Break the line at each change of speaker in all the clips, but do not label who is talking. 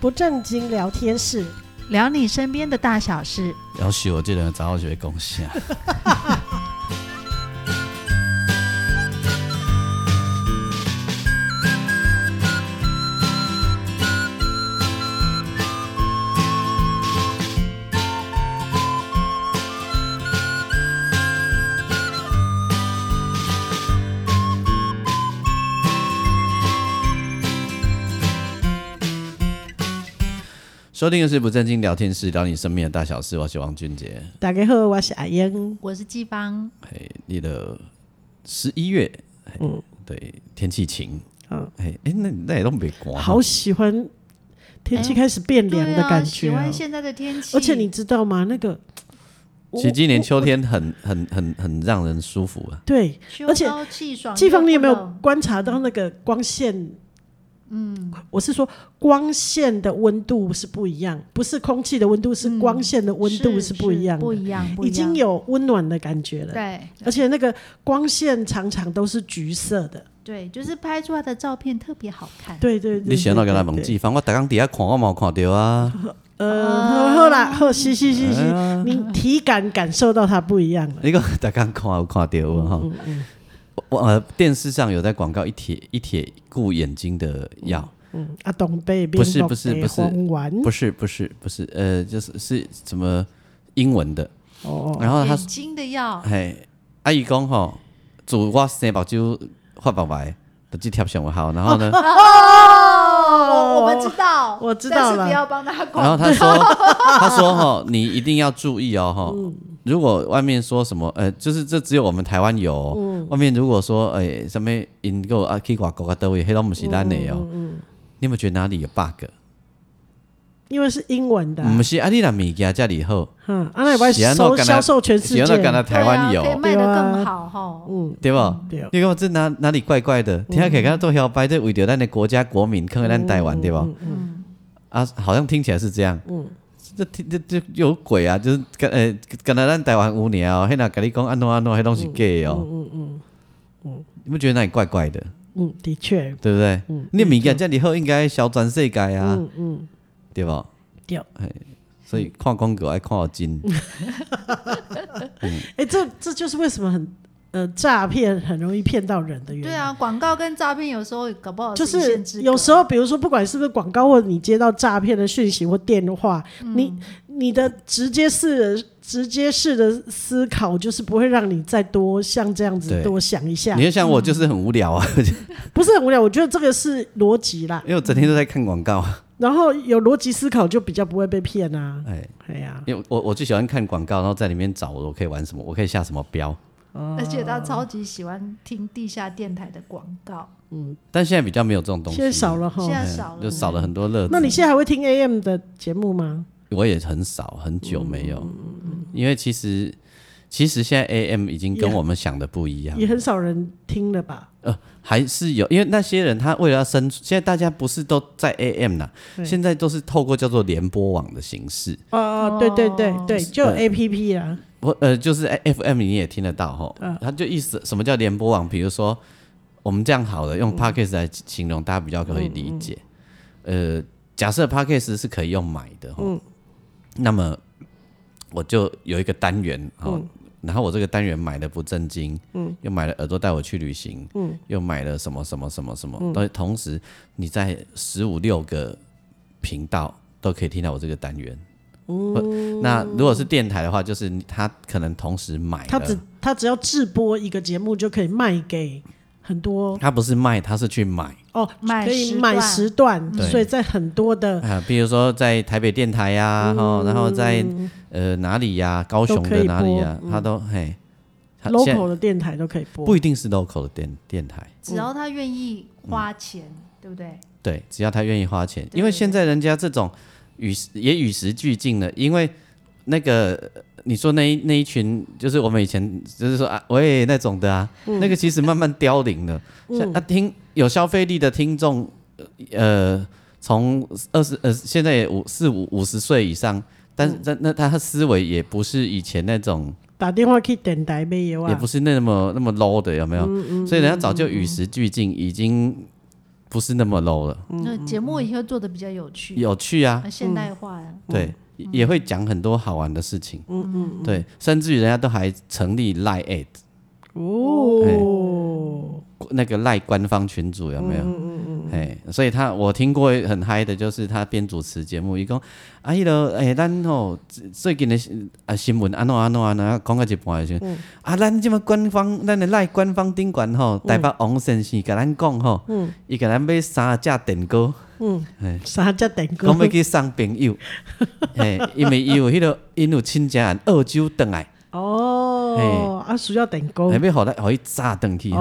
不正经聊天室，
聊你身边的大小事。
要许我这人早就会贡献。收听的是不正经聊天室，聊你身边的大小事。我是王俊杰。
大家好，我是阿英。
我是季芳，
嘿，你的十一月，嗯
嗯，
对，天气晴。嗯
嗯，
哎、哎，那那也都没啊刮。
好喜欢天气开始变凉的感觉
对
哦、
啊喜欢现在的天气。
而且你知道吗？那个，
其实今嗯年秋
我
天很很很很让人舒服啊。
对
秋
而且
高气爽，
季芳，你有没
又不
有
冷？
观察到那个光线？嗯，我是说光线的温度是不一样，不是空气的温度，是光线的温度嗯是不一样的
不一样，不一
已
样
经有温暖的感觉了。
对
而且那个光线常常都是橘色的，
对，就是拍出来的照片特别好看。
对对对。
你想到给他
对
问？季芳，我大刚底下看，我冇看到 啊。
对呃，
啊
好好啦，好，是是是
哎
是，你体感感受到它不一样了。
你讲大刚看有看到
嗯
啊哈。我我呃，电视上有在广告一帖一帖顾眼睛的药，
嗯，啊，东北
不是不是不是
红丸
不是不是不是，呃，就是是什么英文的，
哦，
然后他
眼
说
睛的药，
嘿，阿姨讲吼，自我生目睭发白白，就这贴上好，然后 呢，
哦，我们知道，
我知道了
但是不要帮他
然后
广告。
他说他说吼，你一定要注意哦吼。
嗯
如果外面说什么，呃，就是这只有我们台湾有、哦，
嗯
外面如果说，哎、什么英国啊，去外国啊，都会黑到不是咱的哦。
嗯
你有没有觉得哪里有 bug？
因为是英文的啊，
不是啊，你那物件这里好，
嗯，啊，那外
是怎
收
样
销售全世
是怎样敢
界
若，台湾有，
对啊可以卖得更好哈。
嗯，
对吧？
对
你看这哪哪里怪怪的？听起来跟做摇摆，这为着咱的国家国民，坑咱台湾，对吧？啊，好像听起来是这样。嗯，这听这这有鬼啊！就是跟呃，跟咱咱台湾五年哦，嘿那跟你讲安诺安诺，那东西 gay 哦。嗯嗯嗯，你不觉得那里怪怪的，
嗯，的确，
对不对？嗯，你物件这里好应该小转世界啊。嗯嗯，对吧？
对
哎。所以看广告爱看到 金，
哎，这这就是为什么很呃诈骗很容易骗到人的原因。
对啊，广告跟照片有时候搞不好
就
一线
是
之
有
隔
时候，比如说，不管是不是广告，或者你接到诈骗的讯息或电话，
嗯
你你的直接式的直接式的思考，就是不会让你再多像这样子
对
多想一下
你，就像我就是很无聊啊，
不是很无聊。我觉得这个是逻辑啦，
因为我整天都在看广告。
然后有逻辑思考就比较不会被骗啊。
哎，
哎呀、
因为我我最喜欢看广告，然后在里面找我可以玩什么，我可以下什么标。
而且他超级喜欢听地下电台的广告，
但现在比较没有这种东西，
现在少了哈
现。在
嗯
少了，
就少了很多乐子。
那你现在还会听 AM 的节目吗？
我也很少很久没有，因为其实其实现在 AM 已经跟
也
我们想的不一样
也，很少人听了吧？
呃，还是有，因为那些人他为了要生存，现在大家不是都在 AM 啦，
对
现在都是透过叫做联播网的形式，
哦，对对对对，就
哎
有 APP 啦。
我呃，就是 FM 你也听得到吼，
嗯
他就意思什么叫联播网？比如说我们这样好了，用 Podcast 来形容，大家比较可以理解。呃，假设 Podcast 是可以用买的吼，那么我就有一个单元吼，然后我这个单元买了不正经，嗯，又买了耳朵带我去旅行，嗯，又买了什么什么什么什么，但同时你在十五六个频道都可以听到我这个单元。嗯，那如果是电台的话，就是你他可能同时买了，
他只他只要制播一个节目就可以卖给很多
他不是卖，他是去买
哦，
买
可以
时
买
段
时段，
对
所以在很多的
啊，比如说在台北电台
嗯
呀，哈，然后在呃哪里呀，高雄的哪里呀，他都嘿，他现在
嗯 local 的电台都可以播
不。一定是 local 的电电台，
只要他愿意花钱，对不对？
对，只要他愿意花钱，
对
因为现在人家这种与时也与时俱进了，因为那个呃你说那一那一群，就是我们以前就是说啊，喂那种的啊，那个其实慢慢凋零了。像啊，听有消费力的听众，呃，从二十呃现在也五四五五十岁以上。但是那那他思维也不是以前那种，
打电话去电台没有
也
啊
不？是那么那么 low 的，有没有？所以人家早就与时俱进，已经不是那么 low 了，
那节目也会做的比较有趣，
嗯有趣啊，
啊现代 化呀，
对，也会讲很多好玩的事情，嗯嗯，对，甚至于人家都还成立哎 Line a
哦，
那个赖官方群主有没有？哎、所以他我听过很嗨的，就是他边主持节目，伊讲啊，迄落哎，咱吼最近的新啊新闻安怎安怎安怎样，讲到一半的时候，啊，咱即么官方，咱的赖官方顶管吼，台北王先生甲咱讲吼，伊甲咱买三只蛋糕，哎
啥叫等
讲要
哥？
去送朋友， 嘿，因为伊有迄、落，因有亲戚人澳洲倒来，
哦，啊，需要等哥
还要互咱互伊炸倒去吼。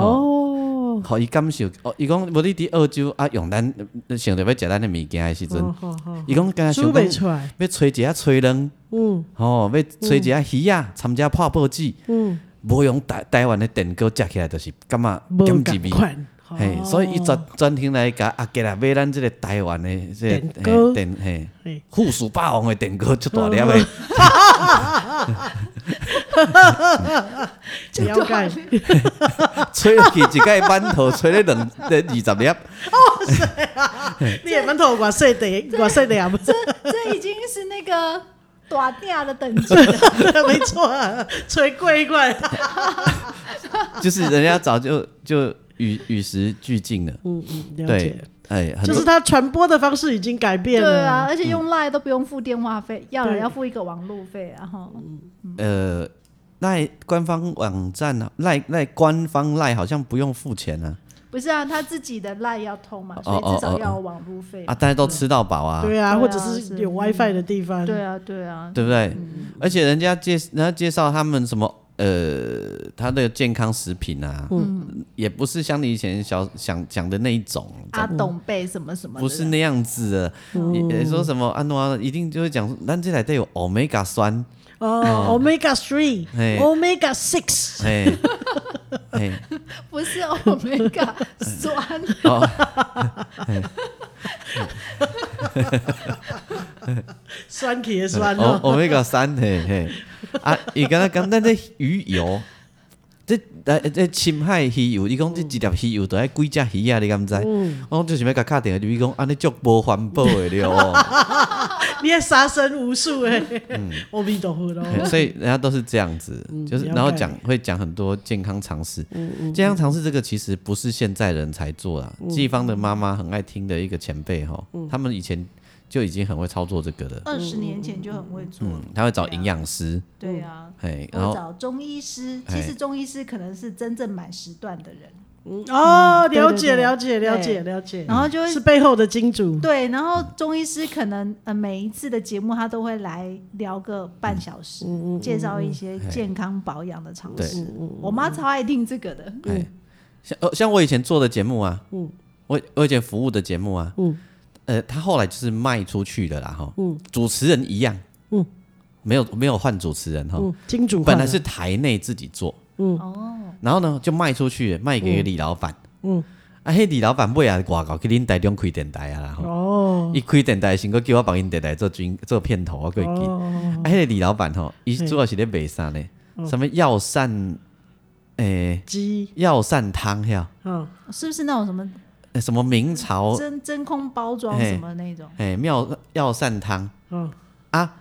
哦，
互伊感受，哦，伊讲无你伫澳洲啊，用咱呃想着要食咱的物件的时阵，
好好，
伊讲敢若
煮
想
袂
讲
出来，
要炊一下炊卵，
嗯
吼，要炊一下鱼啊，掺一下泡泡子，
嗯，
无用台台湾的电锅食起来就是感觉
无
减一
共
味。
款，哦
嘿，所以伊专专程来甲阿杰来买咱即个台湾的即个
电锅
嘿电嘿
嘿
附属霸王的电锅足大粒的，
哦了解，
炊落去一盖馒头，炊咧两咧二十粒。
你也蛮头我细的，我细的也不是，
这已经是那个啊短调的等级，
没错啊，吹贵怪，
就是人家早就就与与时俱进了，
嗯嗯，了
对
解，，
哎，很
就
多
是它传播的方式已经改变
对
了，
啊，而且
嗯
用 Line 都不用付电话费，要了
对
要付一个网路费啊，然后
呃，赖官方网站啊，赖赖官方赖好像不用付钱啊，
不是啊，他自己的 Line 要通嘛，
哦
所以至
哦哦
少
哦
要有网路费
啊，大家都吃到饱啊，
对啊，
对啊
或者是有 WiFi 的地方，
对啊，对啊，
对不对？
嗯
而且人家介人家介绍他们什么呃，他的健康食品啊，
嗯
也不是像你以前小想讲的那一种，
阿董贝什么什么的，
不是那样子的。
嗯
你你说什么安诺啊，一定就会讲说，咱这里都有 omega 酸，
哦，Omega
嗯嘿
Three，Omega Six，
哎 哎。
不是 omega 酸，
哦，
酸体的酸
哦
哦，
，omega 三，嘿嘿，啊，伊敢若讲咱这鱼油，这来这深海鱼油，伊讲
嗯
这一粒鱼油都要几只鱼啊，你敢知？我就想要甲敲电话，伊讲安尼足无环保的 了哦，
你也杀生无数哎，我弥陀佛喽，
嗯嘿所以人家都是这样子，就
嗯了解
是
嗯
然后讲会讲很多健康常识，健康常识这个其实不是现在人才做啦，季芳的妈妈很爱听的一个前辈哈，
嗯
他们以前就已经很会操作这个了，
二十年前就很会做了
嗯，，他会找营养师，
对啊，
嘿，然
我
后
找中医师，其
哎
实中医师可能是真正买时段的人，
哦，
对对
了解
嗯对
了解了解了解，
嗯
然后就会
是背后的金主，
对，然后中医师可能呃每一次的节目他都会来聊个半小
嗯
时，介绍一些健康保养的常识。
嗯
我妈超爱听这个的，
哎，像呃像我以前做的节目啊，嗯，我我以前服务的节目啊，嗯，呃，他后来就是卖出去的啦哈，嗯，主持人一样，嗯，没有没有换主持人哈，
嗯，金主
本
换
来
了
是台内自己做，
哦，
然后呢就卖出去了，卖给李老板，嗯，啊，迄李老板尾啊外搞去恁台中开电台啊啦，吼，
哦
伊开电台先搁叫我帮因电台做军做片头，我会记，
哦，
啊，迄个李老板吼，伊主要是咧卖啥呢？什么药膳，诶，
鸡，
药膳汤呀。
嗯，
是不是那种什么
欸什么明朝
真真空包装
哎
什么那种？
哎、妙药膳汤
嗯
啊，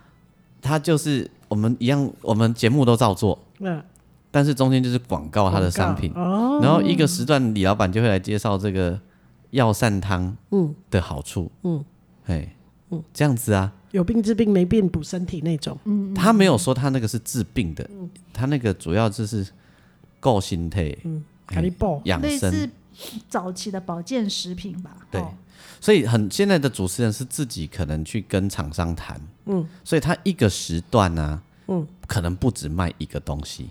它就是我们一样，我们节目都照做，
那
但是中间就是广告它的商品，
哦，
然后一个时段李老板就会来介绍这个药膳汤嗯的好处嗯，哎嗯这样子啊，
有病治病没病补身体那种，
嗯
他没有说他那个是治病的，他那个主要就是够心态
给你报，
养
类
生，
似早期的保健食品吧？
对嗯
哦
所以很现在的主持人是自己可能去跟厂商谈，嗯，所以他一个时段呢、嗯，可能不止卖一个东西，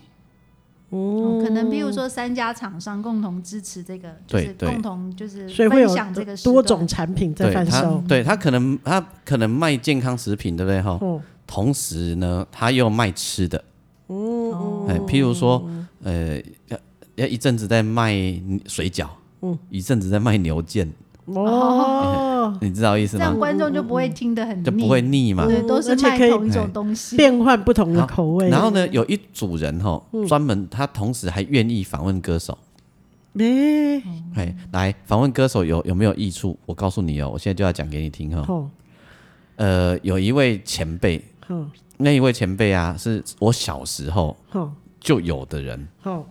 哦可能譬如说三家厂商共同支持这个，就
对
是
对
共同就是
所以会
分
有
享这个时
多
段
种产品在
对
贩
他
售，，
哎对他可能他可能卖健康食品，对不对哈？
嗯
同时呢，他又卖吃的，
哦
嗯，哎，譬如说，呃，要要一阵子在卖水饺，嗯，一阵子在卖牛腱，
哦，
你知道意思
这
吗
样？观众就不会听得很腻，
就不会腻嘛。
对，都
而
是
且
卖
可以
同一种东
哎
西，
变换不同的口味，
然后呢，有一组人哈，专门他同时还愿意访问歌手，
没、
哎，来访问歌手有有没有益处？我告诉你哦，我现在就要讲给你听哈、哦。
好，
呃，有一位前辈，
好，
那一位前辈啊，是我小时候
好，
就有的人，
好，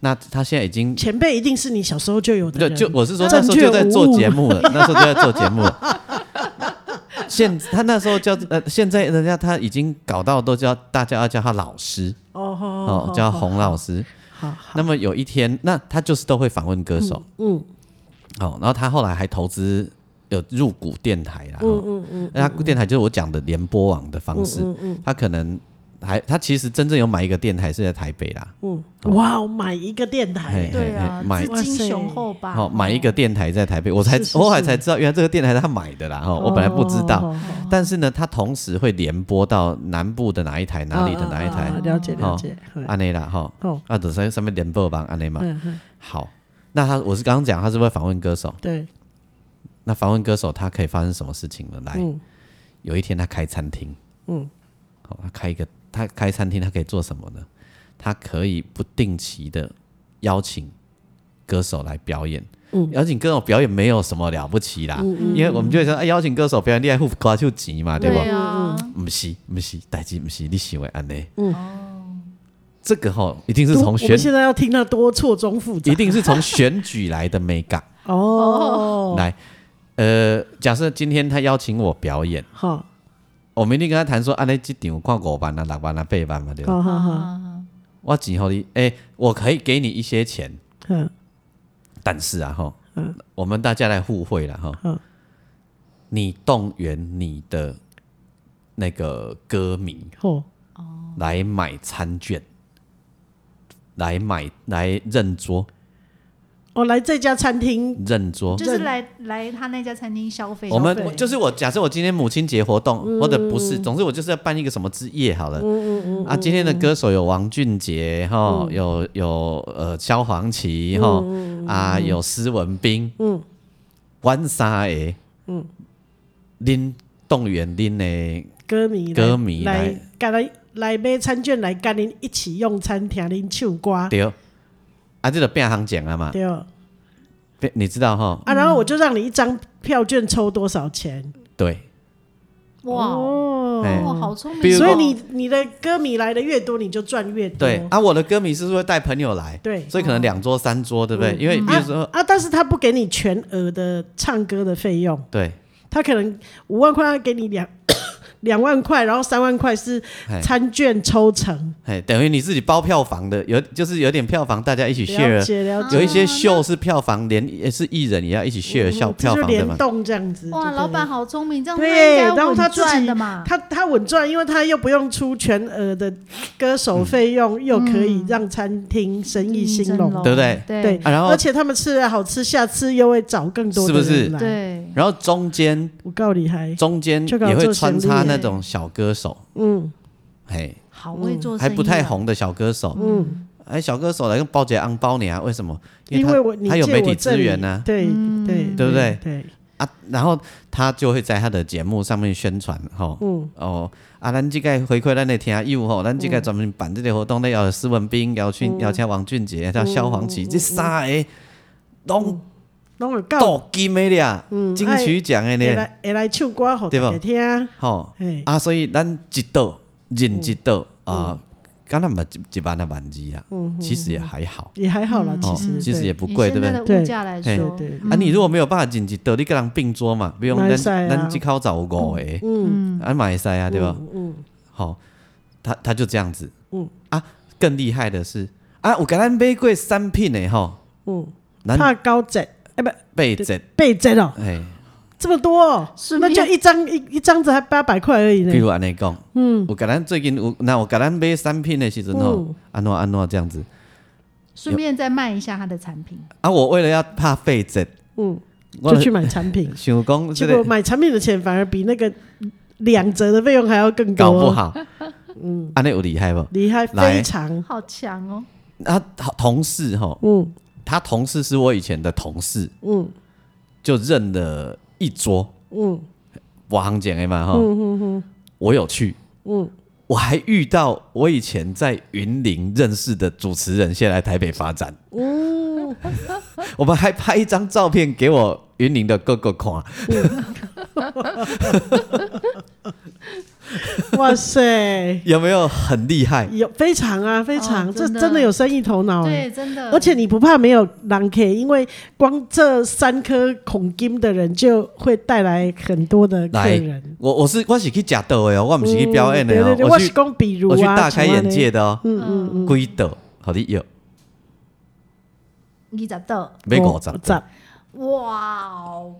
那他现在已经
前辈一定是你小时候就有的
对，
人，
就我是说
正
那时候
确
就在做
无误
节目了， 那时候就在做节目了。现他那时候叫呃，现在人家他已经搞到都叫大家要叫他老师
哦
哦
好，
叫洪老师。
好好，
那么有一天，那他就是都会访问歌手，
嗯
哦，然后他后来还投资有入股电台啦，
嗯
哦
嗯嗯
那、他电台就是我讲的联播网的方式，
嗯嗯
他可能还他其实真正有买一个电台是在台北啦，
嗯嗯，哇，我买一个电台
嘿
耶，
对啊
嘿，哎买
资金雄厚吧？
哦，买一个电台在台北，我才
啊是是
后来才知道原来这个电台是他买的啦，哦，我本来不知道。
哦，哦
但是呢，他同时会联播到南部的哪一台，哪里的哪一台
哦哦哦，了解了
哦
解，
安内啦哈，
哦，
啊，等上上面联播吧，安内嘛。
嗯嗯，
好，那他我是刚刚讲他是会访问歌手，
对，
那访问歌手他可以发生什么事情呢？来，
嗯
有一天他开餐厅，
嗯，
好、他开一个，他开餐厅，他可以做什么呢？他可以不定期的邀请歌手来表演。
嗯
邀请歌手表演没有什么了不起啦，因为我们就会说，哎，邀请歌手表演，你还付瓜就急嘛，对不？
对啊，
不是，不是，代志不是，你行为安内，
嗯
这个吼、一定是
多
从
我
选
们，现在要听到多错综复杂
一，定是从选举来的美感。
哦，
来，呃，假设今天他邀请我表演，
好，
我明天跟他谈说，安尼这场看五万啊、六万啊、八万嘛，对
好
吧？
好好，
啊
我钱给你，诶，我可以给你一些钱，
嗯
但是啊，哈，我们大家来互惠了哈。
嗯
你动员你的那个歌迷
哦，
来买餐券，来买来认桌，
我哦来这家餐厅，
认桌。
就是来来他那家餐厅消费。
我们
消费嗯
我就是我，假设我今天母亲节活动，或者不是，总之我就是要办一个什么之夜好了。
嗯
啊，今天的歌手有王俊杰哈，有有呃萧煌
嗯
奇哈，啊有施文斌，嗯，阮三个，嗯，恁动员恁的
歌迷来
歌迷来
来，干来来买餐券来干恁一起用餐，听恁唱歌，
对，啊，这个变行情啊嘛，
对哦
变你知道哈？
啊，然后我就让你一张票券抽多少钱，
对，
哇
哦
哎
哇，好聪
比
明！哦
如
所以你你的歌迷来的越多，你就赚越多，
对啊，我的歌迷是不是会带朋友来？
哦对哦
所以可能两桌三桌，对不对？因为比如说，
啊，但是他不给你全额的唱歌的费用，
对，
他可能五万块他给你两 两万块，然后三万块是
哎
餐券抽成，
哎，等于你自己包票房的，有就是有点票房，大家一起
了
share。
解啊了解，嗯
有一些秀是票房，连也是艺人也要一起 share 票
这
票
就
房的
联
嘛。
动这样子，
哇，
对不对
老板好聪明，这样他
对
应该
然后他
稳
自己
赚的嘛。
他他稳赚，因为他又不用出全额的歌手费用，
嗯
又可以让餐厅生意兴隆。
对不对
对
对，
啊然后
而且他们吃的好吃，下次又会找更多的
是不是
人来。，
对，
然后中间
我告你还，
中间
就搞
也会穿
做
插
生
意
那种小歌手，
嗯
哎，
好会做生
还
意，啊
不太。红的小歌手，
嗯，
哎，小歌手来跟包姐昂包你啊？为什么？
因
他
为我你
他有
借
媒
我
体
这
资
里
源呢
对
嗯
对
对不对
对，
啊，然后他就会在他的节目上面宣传，吼，
嗯
哦，啊，咱这个回馈咱的听友吼，咱这个专门办这个活动的，要有施文斌、姚
嗯
群、姚请王俊杰、叫萧煌奇，这三个拢
拢有够
镀金的俩，
嗯
金曲奖的
会
呢，
来会来唱歌好
对不
大家听，
吼，
嘿
啊，所以咱一道认一道
嗯
啊，刚才嘛一一万啊万二啊，其实也还好，
也还好啦，嗯
哦
其实，
其实也不贵，对
以
不
现在嗯
对
的？
对
物价来
嘿
说，
对嗯对
啊，你如果没有办法认一道，你跟人并桌嘛，比如
不
咱
可以啊
咱即口找五个，
嗯，
啊，嘛会使啊，对吧？
嗯
好、他他就这样子，
嗯
啊，更厉害的是啊，我给咱买过三品的吼，
嗯，
咱
怕高折，哎不
被折，
被折哦，
哎，
这么多哦，
顺
那
便
就一张一一张子还八百块而已呢
比。如安尼讲，嗯，我给咱最近有，那我给咱买三品的时阵吼
嗯，
安怎安怎这样子，
顺便再卖一下他的产品，
啊，我为了要怕被折，
嗯，
我，
就去买产品
想讲这
结果
个
买产品的钱反而比那个两折的费用还要更高
搞
哦，
不好，嗯，安尼有厉害不？
厉害非
来
常，
好强哦！
啊，同事吼，
嗯
他同事是我以前的同事，
嗯
就认了一桌，
嗯
我行姐的嘛哈，我有去，
嗯，
我还遇到我以前在云林认识的主持人，现在来台北发展。
嗯，
我们还拍一张照片给我云林的哥哥看，
哇塞，
有没有很厉害？
有非常啊，非常，
哦
这
真的
真的有生意头脑、欸。
对，真的，
而且你不怕没有狼 K，因为光这三颗孔金的人就会带来很多的客
来
人。
我我是我是去假豆的哦，我不是去表演
嗯
的
对
哦
对，对，
我
我是
去
讲比如啊，
我去大开眼界
像
的哦，
这样的。嗯嗯嗯，
几道好的有，
二十道，
要五
哦
十道，
哇哦，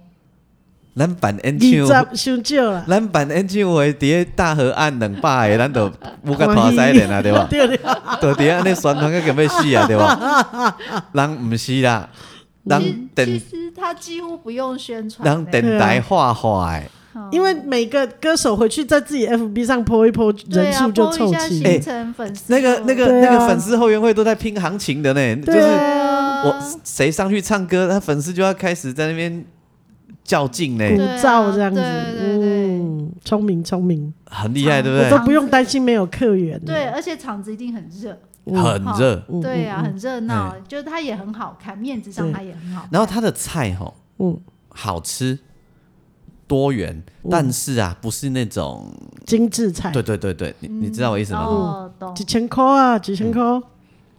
咱办演
五
唱
十，二十伤少啦。
咱办演唱会伫咧大河岸两百 个，咱就舞个拖西人啊，对吧？
对对对
哦
就伫安尼宣传个咁要死啊，对吧？ 人毋是啦，人
其
电
实他几乎不用宣传
人
欸，
电台画画诶，
哦
因为每个歌手回去在自己 FB 上 po 一 po，
对
人
啊
数就
po
凑
一下
齐。
行程粉丝
哎那个
数
那个
对啊
那个粉丝后援会都在拼行情的呢，就
对
是
啊，
我谁上去唱歌，他粉丝就要开始在那边较劲呢，
鼓
对啊
噪这样子，
对对对
嗯，聪明聪明，
很厉害，对啊不
我都
对？
不用担心没有客源。
对，而且场子一定很热，
很热，
嗯，
对啊，很热闹，就是它也很好看，面子上它也很好看。
哎然后它的菜吼，
嗯
嗯，好吃，多元，
嗯
但是啊，不是那种，
精致菜，嗯
对对对对，你你知道我意思吗？
哦，懂。
几千块啊，几千块，
嗯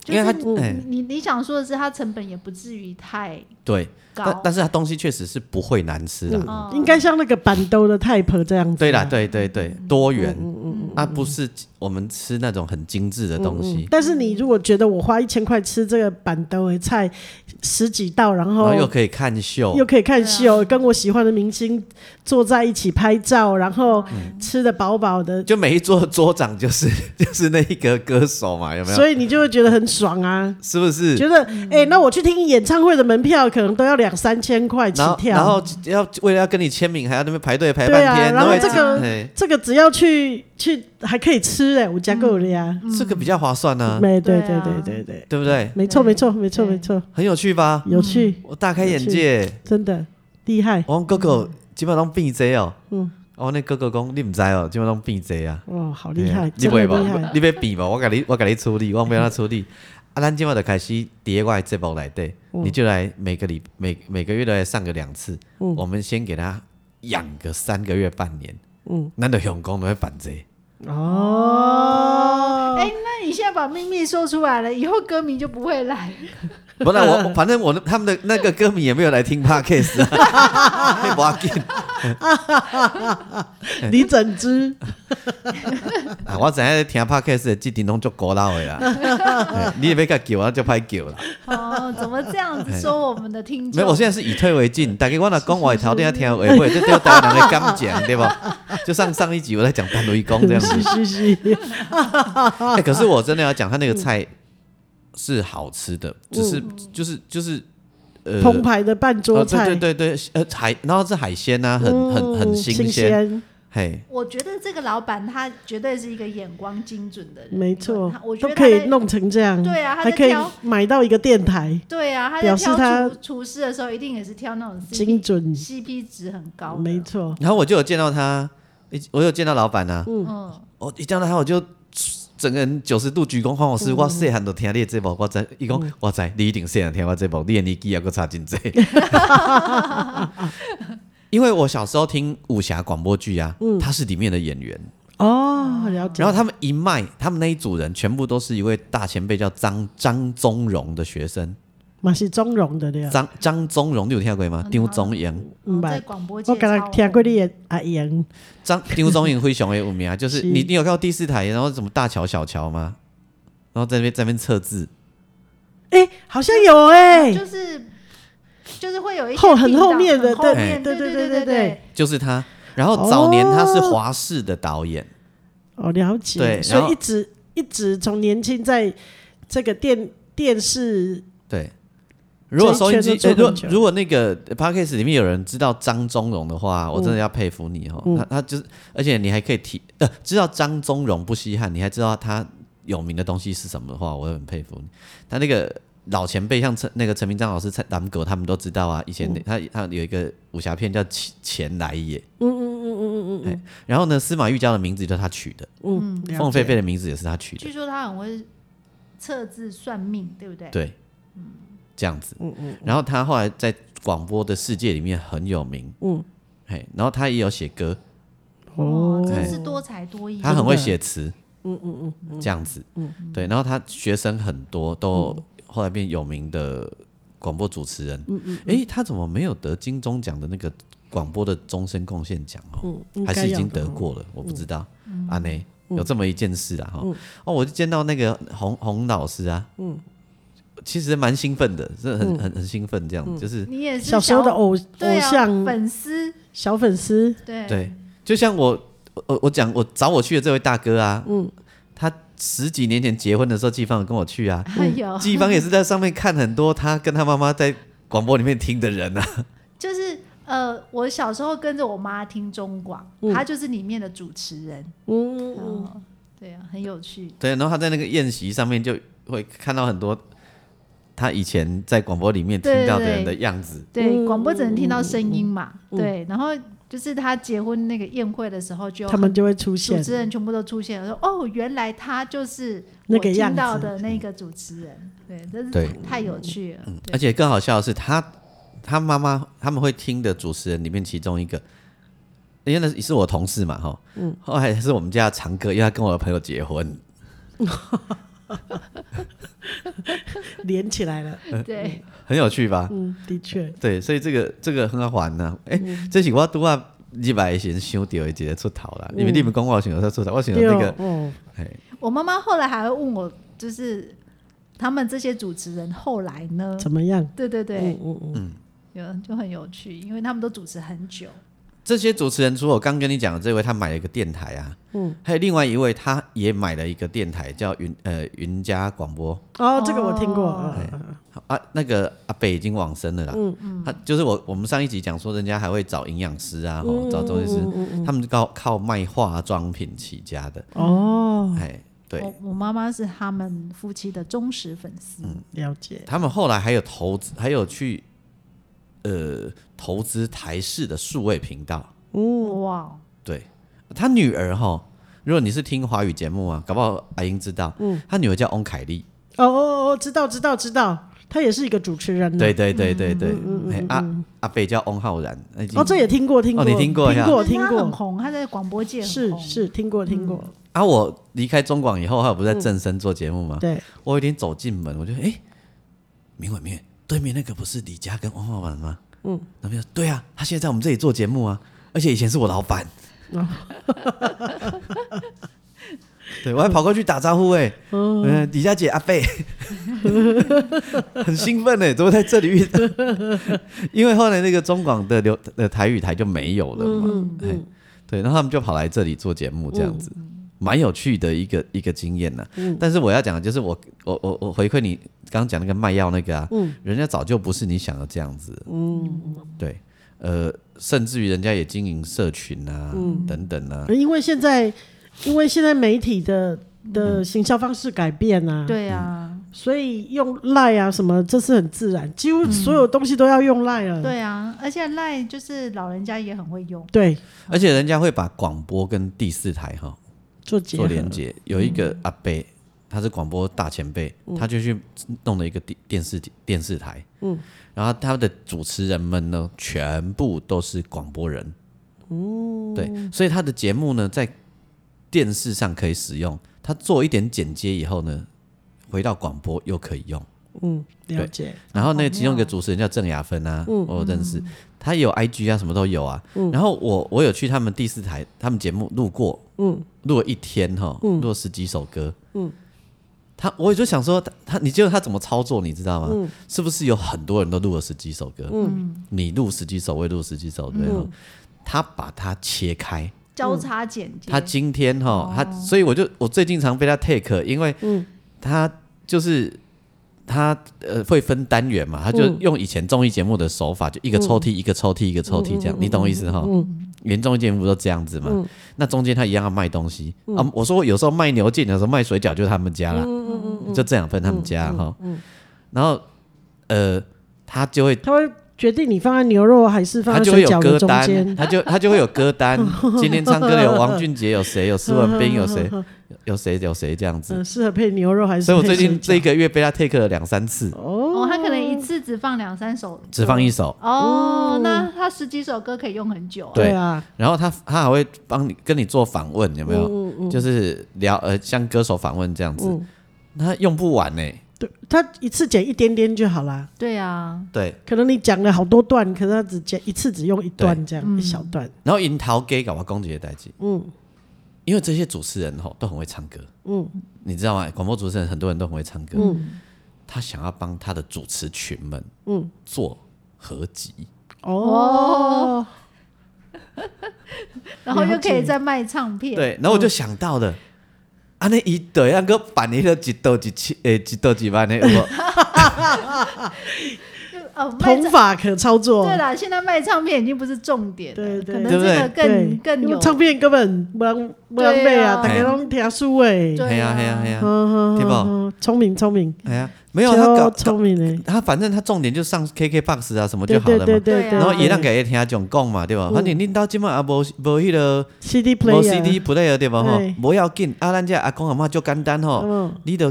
就
因为
是
它
你
哎
你你想说的是，它成本也不至于太
对，但
高。
但是它东西确实是不会难吃的。
哦
应该像那个板豆的 type 这样子。
对啦，，对对对，多元，
嗯
啊，不是我们吃那种很精致的东西，
但是你如果觉得我花一千块吃这个板豆的菜十几道，然
然
后
后又可以看秀
又，可以看秀，
啊
跟我喜欢的明星坐在一起拍照，然后
嗯
吃的饱饱的，
就每一桌桌长就是 就是那一个歌手嘛，有没有？
所以你就会觉得很爽啊，
是不是？
觉得哎、那我去听演唱会的门票可能都要两三千块起
然后
跳，
然后要为了要跟你签名，还要那边排队排
对啊
半天，
然后
会
这个
哎
这个只要去去还可以吃哎、我加购了呀，
这个比较划算呢，
没对
对
对
啊
对对对，
对不对？
没错
对
没错没错
对
没错，
很有趣吧？
有趣，
我大开眼界，
真的厉害
我讲哥哥基本上变贼哦。嗯，我那哥哥讲你唔知哦，基本上变贼啊。
哦，好厉害，
你
真的厉
袂
害嗯
吧？，你要变吧？我给你，我给你处理，我没让他处理。啊，咱今晚就开始第我的节目来对，你就来每个礼每每个月都来上个两次。
嗯
我们先给他养个三个月半年。嗯，咱就用功都会反贼。
哦，
哎，那你现在把秘密说出来了，以后歌迷就不会来。
不然我 反正我的他们的那个歌迷也没有来听 podcast 啊， 那不要紧哎
你整只
啊，我知影听 podcast 的这阵拢足古老 的啦，嘿你也别甲叫，我就歹叫啦。
哦，怎么这样子说我们的听
哎没
众？
有，我现在是以退为进，大家我若讲我的头顶听话会，这 对台湾人的感情，对吧？ 就上上一集我在讲单雷公这样子
是， 是是，
哎，可是我真的要讲，他那个菜是好吃的，只是就是就是呃，
澎湃的半桌
哦
菜，
对对对对，呃海，然后是海鲜呐，很很很
嗯
新鲜，
鲜，
嘿，
我觉得这个老板他绝对是一个眼光精准的人，
没错
他我，觉
都
得他
可以
在
弄成这样，
对啊他在
还可以
挑
买到一个电台，
对啊，他
表示
在
他
挑厨厨师的时候，一定也是挑那种 CP,
精准
CP 值很高的。
没错，
然后我就有见到他，一我有见到老板啊，
嗯，
我一见到他我就整个人九十度鞠躬，黄老师，我细汉都听你的节目，我知，伊讲我知，你一定细汉听我节目，你的年纪也够差真 济。因为我小时候听武侠广播剧啊，他是里面的演员，
哦，了解
然，后他们一脉，他们那一组人全部都是一位大前辈叫张张宗荣的学生，
嘛是中容的了，
张张宗荣你有听过吗？
嗯
张宗荣。
然后
白
在广播界
我刚
超
刚听过你的阿言，
张张宗颖非常的有名啊，就是
是
你你有看到第四台，然后什么大乔小乔吗？然后在那边在那边测字，
哎，好像有哎，
啊就是就是会有一些
后很
地道
后面的
很后
对
面
对
对
对对对
对对，
就是他。然后早年他是华视的导演，
哦，了解，
对然
所
后
以一直一直从年轻在这个电电视
对。如果收音机
这一，圈
呃
都做
如
很久
果如果那个 p a d k a s 里面有人知道张宗荣的话，我真的要佩服你哦。
嗯
他他就是，而且你还可以提呃，知道张宗荣不稀罕，你还知道他有名的东西是什么的话，我很佩服你。他那个老前辈，像陈那个陈明章老师、蔡南狗，他们都知道啊。以前那
嗯
他他有一个武侠片叫《钱钱来也》，嗯嗯嗯嗯嗯嗯。然后呢，司马玉娇的名字就是他取的，
嗯，了解
凤飞飞的名字也是他取的。
据说他很会测字算命，对不对？
对，这样子。嗯嗯。然后他后来在广播的世界里面很有名。嗯。嘿，然后他也有写歌，
哦，真是多才多艺。
他很会写词。嗯嗯嗯。这样子。嗯。对，然后他学生很多，都后来变有名的广播主持人。嗯嗯。哎，他怎么没有得金钟奖的那个广播的终身贡献奖
嗯
哦？还是已经得过了？我不知道。阿内。有这么一件事啊，哈、嗯、哦，我就见到那个洪洪老师啊，嗯，其实蛮兴奋的，是很、嗯、很很兴奋，这样、嗯、就是
你也是
小时候的偶偶像、
啊、粉丝，
小粉丝，
对
对，就像我我我讲我找我去的这位大哥啊，嗯，他十几年前结婚的时候，季芳跟我去啊，
哎
季芳也是在上面看很多他跟他妈妈在广播里面听的人啊，
就是。呃，我小时候跟着我妈听中广，她就是里面的主持人。嗯，对啊，很有趣。
对，然后她在那个宴席上面就会看到很多她以前在广播里面听到的人的样子。
对，广播只能听到声音嘛。对，然后就是她结婚那个宴会的时候，就
他们就会出现，
主持人全部都出现了，说哦，原来她就是我听到的那个主持人。对，真是太有趣了。
而且更好笑的是，她。他妈妈他们会听的主持人里面其中一个，因为那也是我同事嘛，哈，嗯，后来是我们家长哥，因为他跟我的朋友结婚，
连起来了，
对，
很有趣吧？
嗯，的确，
对，所以这个这个很好玩呢、啊。哎、欸，嗯、这是我拄啊一百先想到一个出头啦，因为、嗯、你们讲我想到出头，我想到那个，
哦、我妈妈后来还会问我，就是他们这些主持人后来呢
怎么样？
对对对，嗯嗯嗯。嗯有就很有趣，因为他们都主持很久。
这些主持人，除了我刚跟你讲的这位，他买了一个电台啊，嗯，还有另外一位，他也买了一个电台，叫云呃云家广播。
哦，这个我听过。
啊，那个阿北已经往生了啦。嗯嗯。他就是我，我们上一集讲说，人家还会找营养师啊，找中医师，他们靠靠卖化妆品起家的。
哦。
哎，对。
我妈妈是他们夫妻的忠实粉丝。嗯，
了解。
他们后来还有投资，还有去。呃，投资台式的数位频道。
哦哇！
对，他女儿哈，如果你是听华语节目啊，搞不好阿英知道。嗯，他女儿叫翁凯丽。
哦哦哦，知道知道知道，她也是一个主持人。啊
对对对对对，阿阿北叫翁浩然。
哦，这也听过听过，
你听过
听过听过，
很红，他在广播界
是是听过听过。
啊，我离开中广以后，他不是在正声做节目吗？
对，
我有点走进门，我就哎，明伟明。对面那个不是李佳跟汪浩然吗？嗯，那边说对啊，他现在在我们这里做节目啊，而且以前是我老板。对，我还跑过去打招呼哎、欸，嗯、呃，李佳姐阿贝， 很兴奋哎、欸，怎么在这里遇到？ 因为后来那个中广的流的台语台就没有了嘛，嗯嗯、对，然后他们就跑来这里做节目这样子。嗯蛮有趣的一个一个经验呐，嗯、但是我要讲的就是我我我我回馈你刚刚讲那个卖药那个啊，嗯、人家早就不是你想的这样子，嗯，对，呃，甚至于人家也经营社群啊，嗯、等等啊，
因为现在因为现在媒体的的
嗯
行销方式改变啊，
对啊，
所以用赖啊什么这是很自然，几乎所有东西都要用赖了，
对啊，而且赖就是老人家也很会用，
对，
而且人家会把广播跟第四台哈。
做
做连接，有一个阿伯，嗯、他是广播大前辈，嗯、他就去弄了一个电电视电视台，嗯，然后他的主持人们呢，全部都是广播人，哦，对，所以他的节目呢，在电视上可以使用，他做一点剪接以后呢，回到广播又可以用，
嗯，了解。
然后那其中一个主持人叫郑雅芬啊，嗯、我认识，他有 IG 啊，什么都有啊，然后我我有去他们第四台他们节目录过。嗯，录了一天哈，录了十几首歌。嗯，他我也就想说，他你觉得他怎么操作，你知道吗？嗯、是不是有很多人都录了十几首歌？嗯，你录十几首，我也录十几首，对、嗯、他把它切开，
交叉剪辑。
他今天哦哈，他所以我就我最近常被他 take，因为他就是他呃会分单元嘛，他就用以前综艺节目的手法，就一个抽屉一个抽屉一个抽屉这样，你懂我意思哈？连综艺节目都这样子嘛，嗯、那中间他一样要卖东西、嗯、啊。我说有时候卖牛腱，有时候卖水饺，就是他们家啦，嗯、就这样分他们家哈。然后呃，他就会
他会决定你放在牛肉还是放在水饺
歌
中间，
他就他就会有歌 单。今天唱歌的有王俊杰，有谁？有施文斌，有谁？有谁？有谁这样子？
嗯适合配牛肉还是？
所以我最近这一个月被他 take 了两三次。
哦，他可能。一次只放两三首，
只放一首，
哦，那他十几首歌可以用很久啊。
对
啊，
然后他他还会帮你跟你做访问，有没有？就是聊呃，像歌手访问这样子，他用不完呢、
嗯
欸
对，他一次剪一点点就好啦。
对啊，
对，
可能你讲了好多段，可是他只剪一次，只用一段这
嗯
样一小段。
然后樱桃给搞完公主也代记，嗯，因为这些主持人吼都很会唱歌，嗯，你知道吗？广播主持人很多人都很会唱歌，嗯，他想要帮他的主持群们，嗯，做合集，
哦，
然后又
了解
可以再卖唱片。
对，然后我
嗯
就想到了，安尼伊得要个办一个几多几千诶几多几万的， 有无
就，哦，卖
同
唱。
法可操作
对。啦，现在卖唱片已经不是重点了，
哦对对
可能
对
这
不
个更
对
更
因为
有
唱片根本不浪不浪费啊，大家都听书哎。
对
嘿呀
啊
嘿呀嘿呀，
嗯
对吧？
嗯，聪明聪明，
哎呀，没有他
超
搞
聪明的，
他反正他重点就上 KKBOX 啊什么
对
就好
对
了嘛。
对
对
对
啊
对。
然后也让
对
给听讲讲嘛，对吧？反正恁到即满也无无迄个
CD
无
player
CD player 对吧？吼
对，
无要紧，啊，咱遮阿公阿嬷足简单吼，
嗯，
你着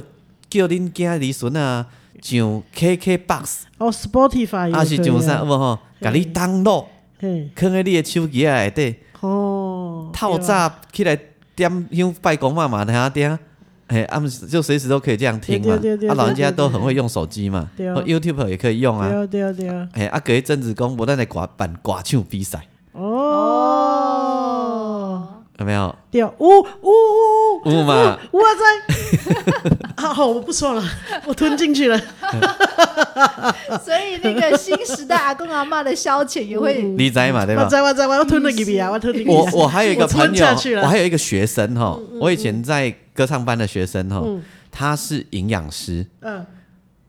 叫恁囝儿孙啊上 KKBOX，
哦，Spotify
啊是
也可以
上啥有无吼？甲你 download，
嘿，
放喺你的手机仔内底，
哦，
透早起来点香拜公妈妈听听。哎，啊，就随时都可以这样听
对
嘛。
对对对
啊，老人家
对对
都很会用手机嘛哦
对啊
，YouTube 也可以用
对
啊。
啊对啊对啊，
哎、啊，隔一阵子讲，无咱来歌办歌唱比赛，
哦，
哦，
有没有？
对啊，呜呜呜，
有嘛？
我在， 啊好，我不说了，我吞进去了，
所以那个新时代阿公阿妈的消遣 也会
你知嘛，对
我
吧？
在我在我吞了几笔啊，我吞了几笔，
我我还有一个
我吞
朋友
下去，了嗯
我还有一个学生哈，我以前在歌唱班的学生哈，他是营养师，
嗯，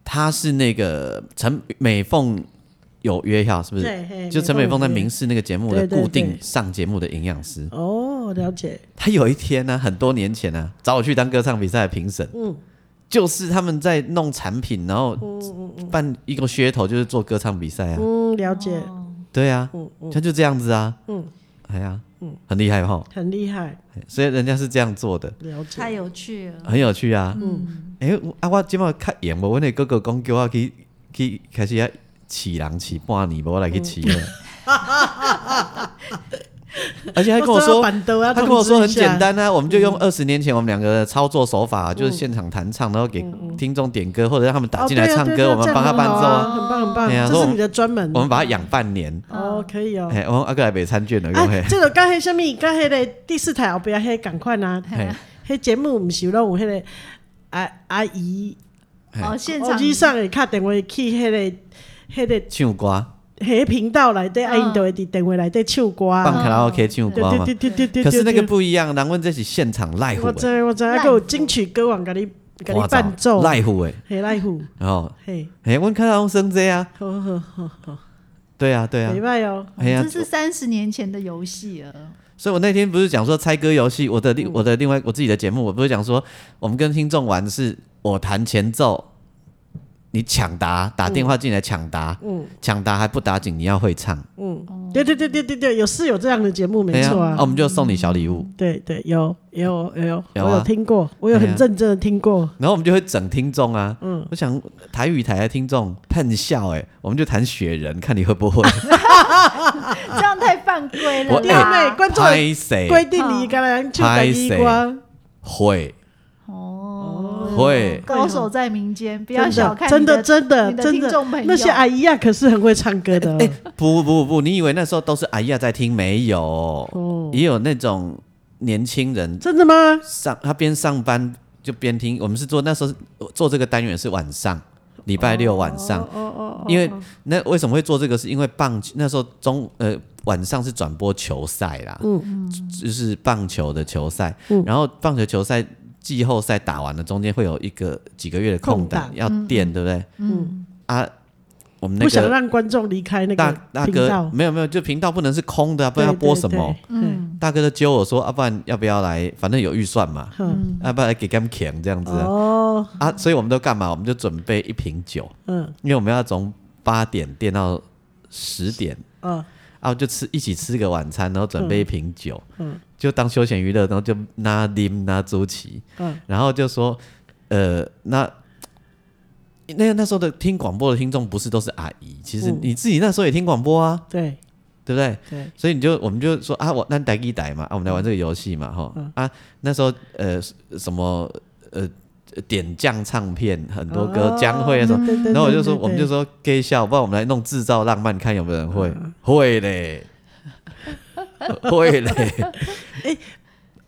他是那个陈美凤有约哈，是不是？
对，嘿
就陈美凤在
有约
明视那个节目的
对对
固定
对
上节目的营养师，
哦，了解，
他有一天呢、很多年前呢、找我去当歌唱比赛的评审，
嗯
就是他们在弄产品，然后办一个噱头，就是做歌唱比赛啊。
嗯，了解，
哦
对啊，他就这样子啊，嗯，哎呀，很厉害哈，
很厉害，
所以人家是这样做的，
了解，
太有趣了。
很有趣啊，嗯，哎，啊，我今麦较闲无，我那哥哥讲叫我去去开始啊饲人饲半年，无我来去饲了，嗯 而且还跟我
我说要
说。
板凳啊，
他跟我说很简单啊，我们就用
嗯
二十年前我们两个的操作手法，就是现场弹唱，然后给
嗯
听众点歌，或者让他们打
通知
进
一下，
来唱歌，我们帮他伴奏啊。
啊，很棒很棒，
哎呀
这
说我
是
们
你的专门
我，们把它养半年，
哦，可以哦。
哎，我阿哥来北参卷了，各位
啊，。这个刚迄什么？刚迄个第四台后边迄赶快啊，
嘿
迄节目毋是有拢有迄个阿阿姨，
嘿
哦，现
手
场
机上会敲电话去迄个迄个
唱
啊
歌，
迄个频道内底，
嗯
啊，因都会伫电话内底唱歌
放
啊。
卡拉 OK 唱歌嘛。
对对对
可是那个不一样，人问这是现场赖虎
我知我知，还有金曲歌王甲你甲你伴奏，
赖虎哎，
嘿赖虎，
哦，
嘿，
哎，我看到生这啊，
好好好好，
对啊，对啊
没，歹哦，
哎呀
这，是三十年前的游戏了。
所以我那天不是讲说猜歌游戏，我的
嗯
另我的另外我自己的节目，我不是讲说我们跟听众玩是，我弹前奏，你抢答，打电话进来抢答，嗯，抢答还不打紧，你要会唱，
嗯
哦
对对对对对对，有是有这样的节目，没错嗯
哎呀啊，我们就送你小礼物，
对对，有有有，我
有啊
有听过，我有
哎
很
呀
认真的听过。
然后我们就会整听众啊，
嗯
我想台语台的听众喷笑哎、我们就弹雪人，看你 会不会
哎
这样太犯规了
我
对呢，
啦。
观众
哦哎拍谁
规定
嗯
你刚才就等一关，
会
哦，
会
高手在民间，
不
不要小看
真的
你
真的
你的
真
听众朋
的
友，
那些阿姨啊呀，可是很会唱歌的哦。
哎不不不不，你以为那时候都是哎呀在听没有？
哦，
也有那种年轻人
真的吗？
上他边上班就边听，我们是做那时候是做这个单元是晚上。礼拜六晚上，
哦
因为那为什么会做这个？是因为棒球那时候中呃晚上是转播球赛啦，
嗯
就是棒球的球赛，然后棒球球赛季后赛打完了，中间会有一个几个月的空档
空
要垫，对不对？
嗯，
啊，我们那
不想
个
让观众离开那
大
个
大
频
哥
道，
没有没有，就频道不能是空的啊，不
对
然要播什么？？
对对
嗯
大哥就揪我说，啊，不然要不要来？反正有预算嘛，
嗯，
要啊不要来给他们钱这样
嗯
子啊？
哦，
啊，所以我们都干嘛？我们就准备一瓶酒，
嗯
因为我们要从八点垫到十点，
嗯，
啊，就吃一起吃个晚餐，然后准备一瓶酒，
嗯
就当休闲娱乐，然后就拿啉拿朱奇，
嗯
然后就说，呃，那那个那时候的听广播的听众不是都是阿姨，其
嗯
实你自己那时候也听广播啊，
对
对不对？
对，
所以你就我们就说啊，我那逮一逮嘛，啊，
嗯
我们来玩这个游戏嘛，哈、啊，那时候呃什么呃点将唱片很多歌，江蕙那
什
种，
哦么，对对对
然后我就说
对对
我们就说 gay 笑，不然我们来弄制造浪漫，看有没有人会
嗯
会嘞， 会 嘞，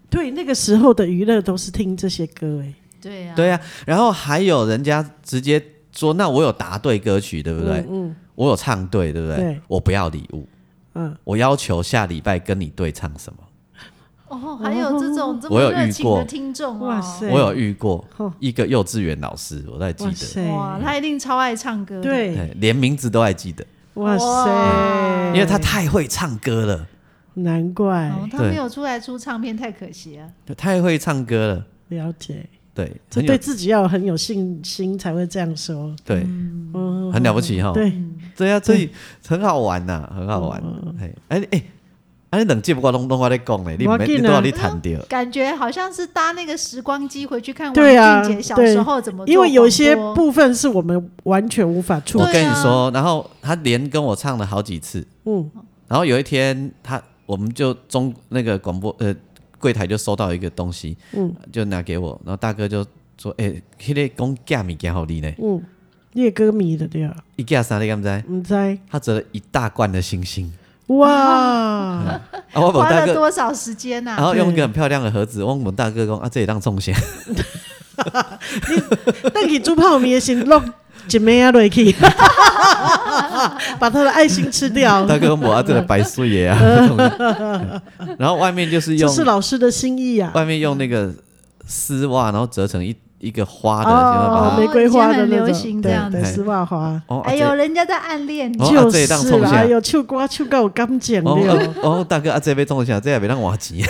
对那个时候的娱乐都是听这些歌哎，
对呀、啊，
对啊，然后还有人家直接说，那我有答对歌曲，对不对？
嗯，
我有唱对，对不对？
对
我不要礼物，
嗯，
我要求下礼拜跟你对唱什么？
哦，还有这种这
我
么
有遇
热情
过
的听众哦，
哇塞对
我有遇过
哦
一个幼稚园老师，我在记
哇
得，
塞，
哇，他一定超爱唱歌的，
对，
对，连名字都还记得，
哇
哇
塞，
因为他太会唱歌了，
难怪
哦，他
对
没有出来出唱片太可惜了。
太会唱歌了，
了解，
对，
这
很有
对自己要有很有信心才会这样说，
对，
嗯，
很了不起哈，
对，嗯
对啊，所以很好玩呐，很好玩，哎哎哎，哎，冷静不过拢拢我在讲嘞，你
没
没
关系啊
你都要你谈掉，
感觉好像是搭那个时光机回去看
对啊
王俊杰小时候怎么做
因为有一些
广播
部分是我们完全无法触
我
及，
对
跟你
啊
说，然后他连跟我唱了好几次，
嗯，
然后有一天，他我们就中那个广播呃柜台就收到一个东西，
嗯，
就拿给我，然后大哥就说：“哎、欸，迄、那个讲假物件好你呢，
嗯，夜歌迷的对啊，
一假啥你敢不知？
你猜
他折了一大罐的 星星，
哇，
啊，我
花
大
了
哥，
多少时间啊呐、
然后用一个很漂亮的盒子，我们大哥讲啊，这也当送钱，
邓启猪泡米也行，弄姐妹啊瑞去， 把他的爱心吃 掉，
哦
大哥我啊，这个白素爷啊，这种 然后外面就是
这
用
是老师的心意啊，
外面用那个丝袜，然后折成一一个花的，然后把
哦，
它
玫瑰花的
以前很
那
流
种，
行这
对
样
对，
子
丝袜花。
哦，啊
哎呦，人家在暗恋你，
哦啊
就
这一档
是
冲
啦，
下
哎呦，唱歌唱到有感情
哦
了，
哦哦，大哥啊，这边中奖，这也别让我急。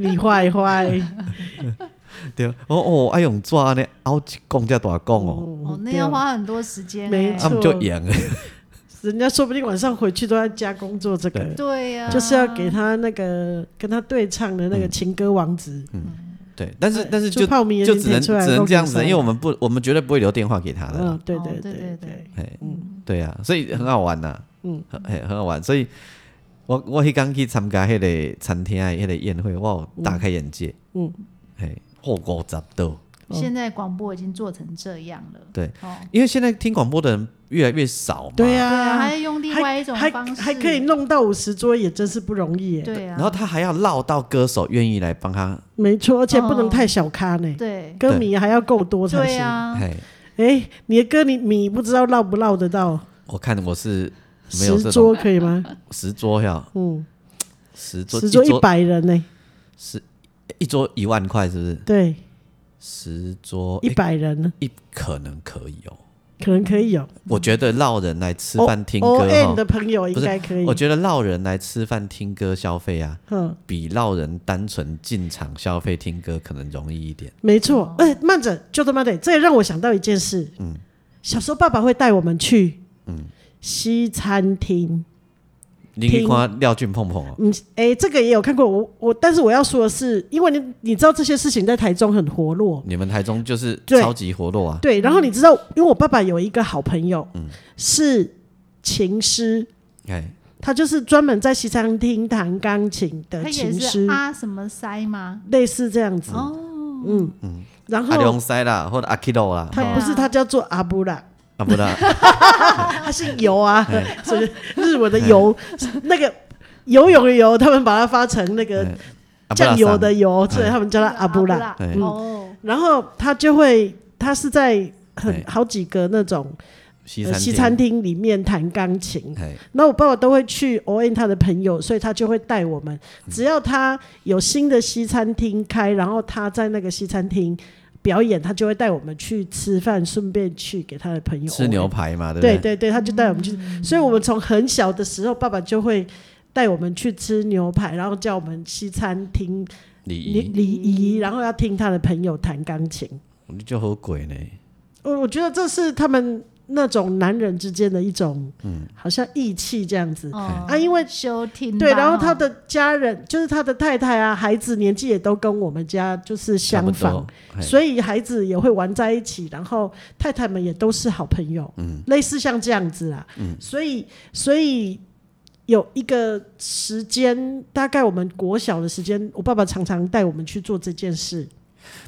你坏坏，
对，哦哦，爱用纸呢，凹一公加大公 哦，
哦，那
对啊
要花很多时间、
嗯没
他
错
欸。
们就赢 了。
人家说不定晚上回去都在家工作，这个
对啊呀、
就是要哦给他那个跟他对唱的那个情歌王子，
嗯对，但是但是
就
就
泡米也
就只能
点出来
只能这样子，因为我
们
们不我们绝对不会留电话给他的啦
嗯，。对
哦
对对
对对
对，
哎，对啊，所以很好玩呐，
嗯
嗯，哎，很好玩。所以我我迄刚去参加迄个餐厅的迄个宴会，我有大开眼界，
嗯
嗯，哎，后五十度。
现在广播已经做成这样了。
对
哦，
啊
因为现在听广播的人越来越少嘛，
对
对啊，还
啊，
要用另外一
还
种
还
方式，
还可以弄到五十桌也真是不容易耶，
对啊，
然后他还要绕到歌手愿意来帮他，
没错，而且不能太小咖呢，
对
歌迷还要够多才
哦对
行。
啊，
哎，
哎，你的歌你你不知道绕不绕得到
我看我是没有
十
这种
桌可以吗？
十桌呀，
嗯，
十桌
十桌一百人呢，
十一桌一万块是不是？
对，
十桌
一
诶
百人呢
哦一可能可以哦。
可能可以有。
我觉得绕人来吃饭听歌
O N 的
哦，
朋友应
不是
该可以
我，觉得绕人来吃饭听歌消费啊，
嗯，
比绕人单纯进场消费听歌可能容易一点。
没
哦
错。哎，慢着，就他妈的，这也让我想到一件事，嗯，小时候爸爸会带我们去，西餐厅。
你可以看廖俊碰碰哦，
嗯，哎，这个也有看过。我我，但是我要说的是，因为你你知道这些事情在台中很活络，
你们台中就是
对
超级活络啊，
对。然后你知道，因为我爸爸有一个好朋友，是琴师，
哎，
他就是专门在西餐厅弹钢琴的
他也
琴
是
师，
啊什么塞吗？
类似这样子。
哦，
嗯然
阿
后
龙塞啦，或者阿 Kido 啦，
他
对
不
啊
是他叫做阿布拉，
啊不啦，
他姓游啊
哎，
所以日文的游，那个游泳的游，他们把它发成那个
哎阿布拉
酱油的
桑哎
油，所以他们叫他阿布拉。
拉
对
哦，
然后他就会，他是在很
哎
好几个那种
西
呃
餐
西餐
厅，
厅里面弹钢琴。
哎，
那我爸爸都会去 O N 他的朋友，所以他就会带我们。
嗯
只要他有新的西餐厅开，然后他在那个西餐厅表演，他就会带我们去吃饭，顺便去给他的朋友
吃
ON
牛。排嘛，对不
对
对？
对对，他就带我们去，
嗯
所以我们从很小的时候，爸爸就会带我们去吃牛排，然后叫我们西餐厅
礼
礼
仪
礼仪，然后要听他的朋友弹钢琴。
你就好鬼呢。
我我觉得这是他们那种男人之间的一种，
嗯
好像义气这样子。
哦
啊因为
休听吧
对，然后他
哦
的家人，就是他的太太啊，孩子年纪也都跟我们家就是
差不
相仿
多，，哎嘿
所以孩子也会玩在一起，然后太太们也都是好朋友，
嗯
类似像这样子啦，所以所以有一个时间，大概我们国小的时间，我爸爸常常带我们去做这件事，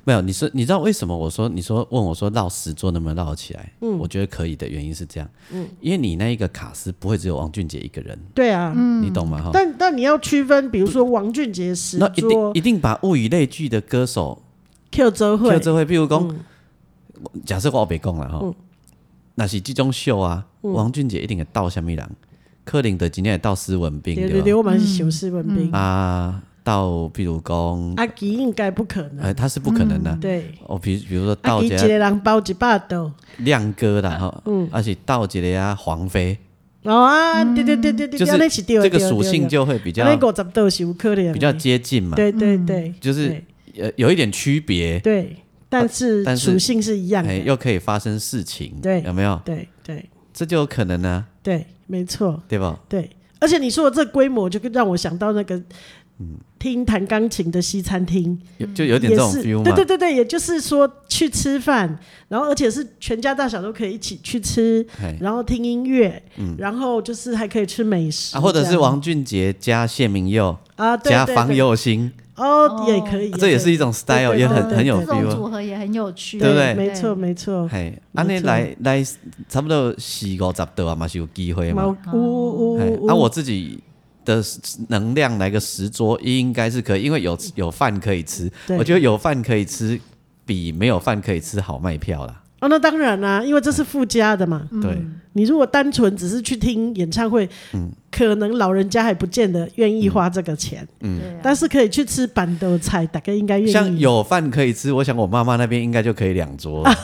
没有，你说你知道为什么我说你说问我说绕十桌能不能绕起来？嗯，我觉得可以的原因是这样，嗯，因为你那一个卡司不会只有王俊杰一个人，
对啊，
你懂吗？哈，
但但你要区分，比如说王俊杰十
那一定
桌
一定把物以类聚的歌手
Q 周
就
会，嗯
这会，譬如讲，假设我别讲了哈，那是这种秀啊，
嗯
王俊杰一定会到下面人，柯林的今天也到施文斌
对
对
对
吧
对，我们是修斯文斌，
啊，到譬如讲，
阿吉应该不可能，
呃，他是不可能的。
对，
哦，比比如说
嗯阿
到
吉一
一
个
个
人包一百刀。
亮哥啦，哈，
嗯
而且到一个啊黄飞，
哦啊，对对对对对，
就是
安尼是对的
这个
对的
属
对的
性就会比
比
较
五十度是有可能的
比较接近嘛，
对对对，
就是呃有一点区别，
对对，但是
但是
属性是一样
哎，
的，
又可以发生事情，
对
有没有？
对对
这就有可能呢，
对，没错，
对吧？
对。而且你说的这规模，就让我想到那个，听弹钢琴的西餐厅，
有就嗯有
嗯
点
也
这种
是
feel
对对
嘛，
对对，也就是说去吃饭，然后而且是全家大小都可以一起去吃，
哎，
然后听音乐，然后就是还可以吃美食
嗯啊，或者
这样
是王俊杰加谢明佑
啊对
加
对
方
对
佑兴，
哦，也可以，
这也
可以
是一种 style，
对
也
对
很
对
很有
对
这种
feel 啊。
组合也很有趣，
对不对
没错，没错，
嘿，
没
安尼
错
来来，差不多四五十度啊，嘛是有机会嘛。
毛呜呜
哎，
呜呜，
啊，我自己的能量来个十桌，应该是可以，因为有有饭可以吃。
对
我觉得有饭可以吃，比没有饭可以吃好卖票啦。
哦，那当然啦、因为这是附加的
嗯
嘛。
对，嗯
你如果单纯只是去听演唱会，可能老人家还不见得愿意花这个钱，
嗯
对啊
但是可以去吃板豆菜，大概应该愿意。
像有饭可以吃，我想我妈妈那边应该就可以两桌了。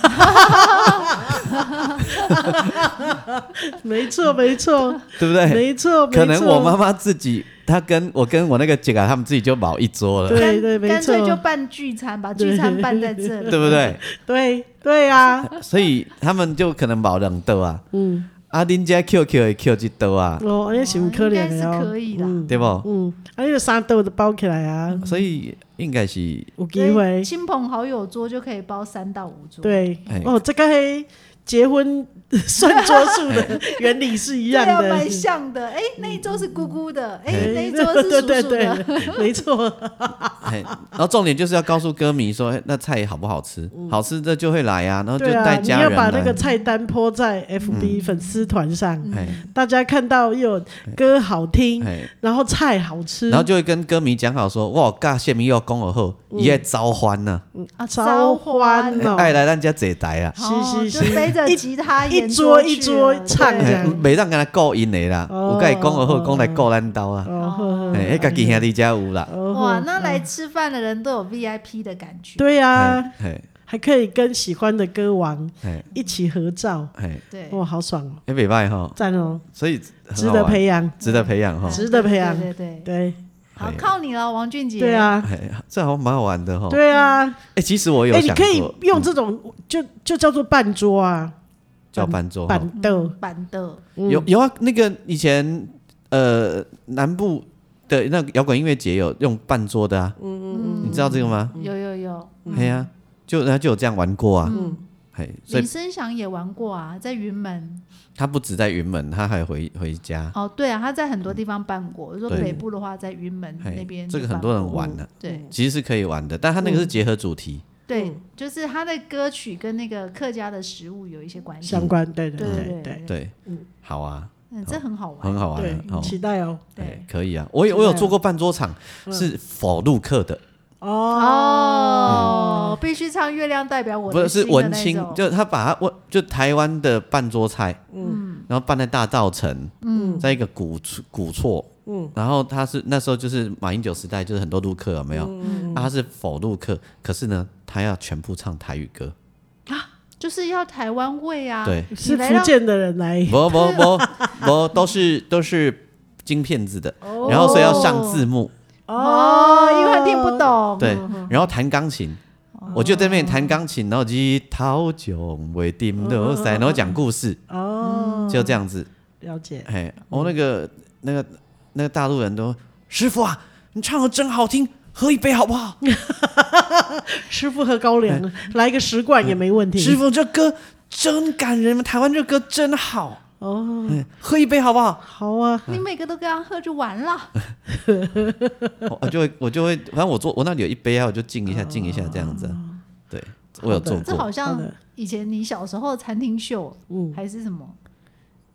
啊没错，没错，
对不对？
没错，没错。
哎可能我妈妈自己，她跟我跟我那个姐啊，他们自己就保一桌了，
对
干
对没
干脆
错
就办聚餐，把聚餐办在 这
对
里。哦
不对？
对对 啊，
所以他们就可能保两桌啊。嗯，啊，恁家 QQ 也 Q 一桌啊，
哦，那是
哦
很可
应
怜
该是
的哦
可。以的。
对不？
嗯，啊，那个沙豆都包起来
嗯
啊，
所以应该是
有机
所以
会。
亲朋好友桌就可以包三到五桌，
对
哎，
哦，这个嘿结婚 算桌数的 原理是一
对
样
啊，
的。
蛮像的。哎，那一桌是姑姑的，哎，
嗯
那一桌是
对
叔
对
叔的，
对，没错。
哦嘿，然后重点就是要告诉歌迷说，哎那菜好不好吃？好吃这就会来啊，然后就
嗯对
带
啊，你
家
要
人
把那个
来。嗯
菜单泼在 FB 粉丝团上，
哎
大家看到又有歌好听，
哎，
然后菜好吃，
然后就会跟歌迷讲好说，哇，尬谢明佑恭而后，
嗯
也招欢呢，
啊
超欢
招
哦，
爱来咱家坐台啊，
哦
是是
就是背着
一
吉他
一
演
桌
奏
一
去
桌
了
唱
对
这样
哎袂当跟他顾因的啦，
哦
有甲伊讲好好，讲来顾咱兜啦，
哦呵呵，
哎，迄家己兄弟才有啦，
哦呵
哇，那来吃饭的人都有 VIP 的感觉，
对呀，
哎哎
还可以跟喜欢的歌王
哎
一起合照，
哎，
对，
哇，好爽哦，
哎，袂歹吼，
赞哦，
所以
值
很好
得
玩，
培养，嗯
值得培养哈，
值得培养
对对对，
对
好
哎
靠你了，王俊杰，
对，啊，
哎，这好像蛮好玩的哈，
对啊，
哎，其实我有
哎，你
想
可以
过嗯
用这种就就叫做半桌啊，
叫班桌吼，
板豆，
嗯板的，
嗯
有有啊，那个以前呃南部的那个摇滚音乐节有用半桌的啊，
嗯
你知道这个吗？
有有有，
嘿呀，就他就有这样玩过啊，
嗯
嘿，所
林
以
声祥也玩过啊，在云门。
他不止在云门，他还回回家，
哦，对啊，他在很多地方办过。如果
对
北部的话，在云门那
嘿
边，
这个很多人。玩的。啊
嗯
对
其实是可以玩的，但它
嗯
那个是结合主题，
对，就是他的歌曲跟那个客家的食物有一些关系。
相关，对
对
对
对，
对，好啊，
嗯，这很好
很
玩。
好玩
对
啊，哦，
期待哦。
对
对，，嗯
可以啊，我有
期待
我
啊
有做过半桌场，是否录客的，
哦，必须唱《月亮代表我
不
的心》
是是文青
的那，种
就他把它我就台湾的半桌菜，嗯，然后办在大稻城，嗯，在一个古厝古厝。嗯，然后他是那时候就是马英九时代，就是很多陆客有没有？嗯他是否陆客，可是呢，他要全部唱台语歌。
就是要台湾味啊。
对，
是
你来
福
到
建的人来，
不不不不，都是都是金片子的，然后所以要上字幕。
哦哦，因为他听不懂。
对，然后弹钢琴，
哦，
我就在那边弹钢琴，然后去陶囧、为丁乐塞，然后讲故事，
哦，
就这样子。
了解，
哎，我那个那个那个大陆人都师傅啊，你唱的真好听，喝一杯好不好？
师傅喝高粱，
嗯
来个十罐也没问题。
师傅这歌真感人，台湾这歌真好，
哦，
哎喝一杯好不好？
好啊，
你每个都给他喝就完了，
我哦啊就会我就会，反正我做我那里有一杯啊，我就敬一下敬一下这样子啊。
哦
对，我有做
好的
这
过
好。
好
像
的
以前你小时候餐厅秀
嗯，
还是什么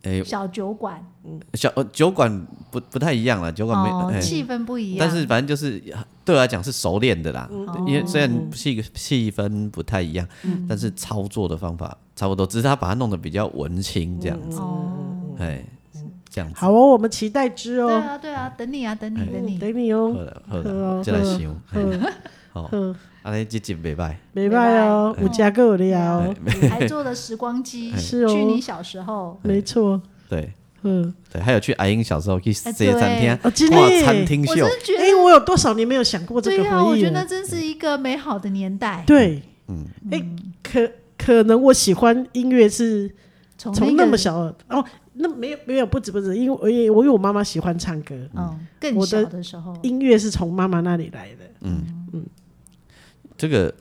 哎，
小酒馆
小呃酒馆不不太一样了，酒馆没
哦，
哎
气啊氛不一样。
但是反正就是对我来讲是熟练的啦，
哦
因为虽然气气氛不太一样，
嗯
但是操作的方法差不多，只是他把它弄得比较文青这样子，
哦，
哎，这样子。
嗯好哦，我们期待之
对
哦，
啊对啊，等你啊等你
哎
等你。
等你哦
好，了好
好哦
了，再来想，嘿
呵
好，
呵，
安尼这集袂歹，
没拜哦，
没
嗯
有
拜
加够了哦，
还坐了时光机
哎
是哦
去你小时候，
没错，
对
嗯，
对，还有去阿英小时候去
哎
这
对
些餐厅
哦真的
哇餐厅
我
秀
真，的觉
哎，
得，
我有多少年没有想过这
对
个
呀，我
回忆
觉
了
得？真是一个美好的年代。
对，嗯，哎，可可能我喜欢音乐是
从
从
个
那么，小哦，那没有没有不止不止，因为我也我因为我妈妈喜欢唱歌，
嗯，更
我
小
的
的时候，
音乐是从妈妈那里来的。
这个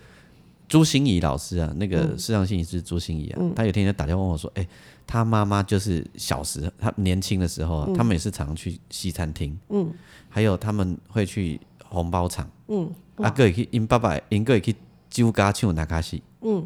朱心怡老师啊，那个视障心理师朱心怡啊，她有一天就打电话问我说：“哎、她妈妈就是小时她年轻的时候啊，他们也是常去西餐厅，嗯，还有他们会去红包厂，嗯，啊，个也去因爸爸因个也去酒家唱哪卡戏，嗯，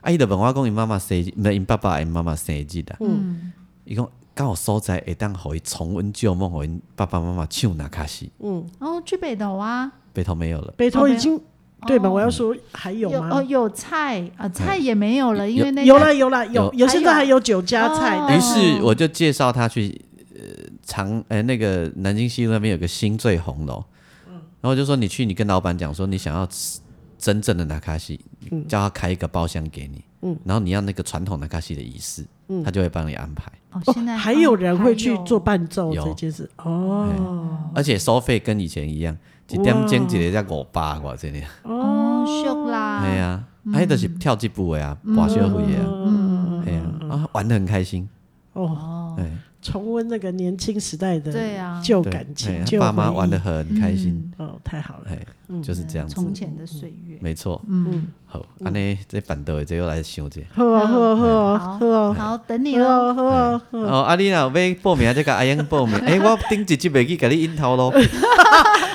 啊，伊就问我讲因妈妈生日，没因爸爸因妈妈生日啦，
嗯，
伊讲刚好所在会当互伊重温旧梦，互因爸爸妈妈唱哪卡戏，
哦，去北斗啊，
北头没有了，
北投已经、对吧？
哦
我要说还有吗？
哦有菜啊，菜也没有了，因为那
有
个哦
啦有啦有
哎有
有，现在
还
还有酒家菜，
哦
但
于
是
是我就介绍他去呃长哎、那个南京西路那边有个新醉红楼，然后就说你去，你跟老板讲说你想要吃真正的纳卡西，叫他开一个包厢给你，然后你要那个传统纳卡西的仪式，他就会帮你安排，
哦，
哦
现在
还有人会去做
还
伴奏
有
这件事哦
而且收费跟以前一样，一点钟一个才五百我这里，
有哦，秀
哎
啦，
呀，哎都是跳这步的啊，跋学会的啊，
嗯，
哎呀，啊玩的很开心，
哦，
哦，
哎，
重温那个年轻时代的
对啊，嗯
旧
对
感
哎
情，
他
旧
爸妈
回忆
玩的很开心，
哦，太好了，
哎，就是这样子，
从前的岁月，
没错。
嗯，
好，安尼这反倒的这又来想者。
喝哦喝哦喝哦
好哎
喝哦
好，等你
喝
了，
哦喝哦，
哦，啊，你若有要报名，再甲阿英报名。诶，我顶一集袂去甲你引头咯。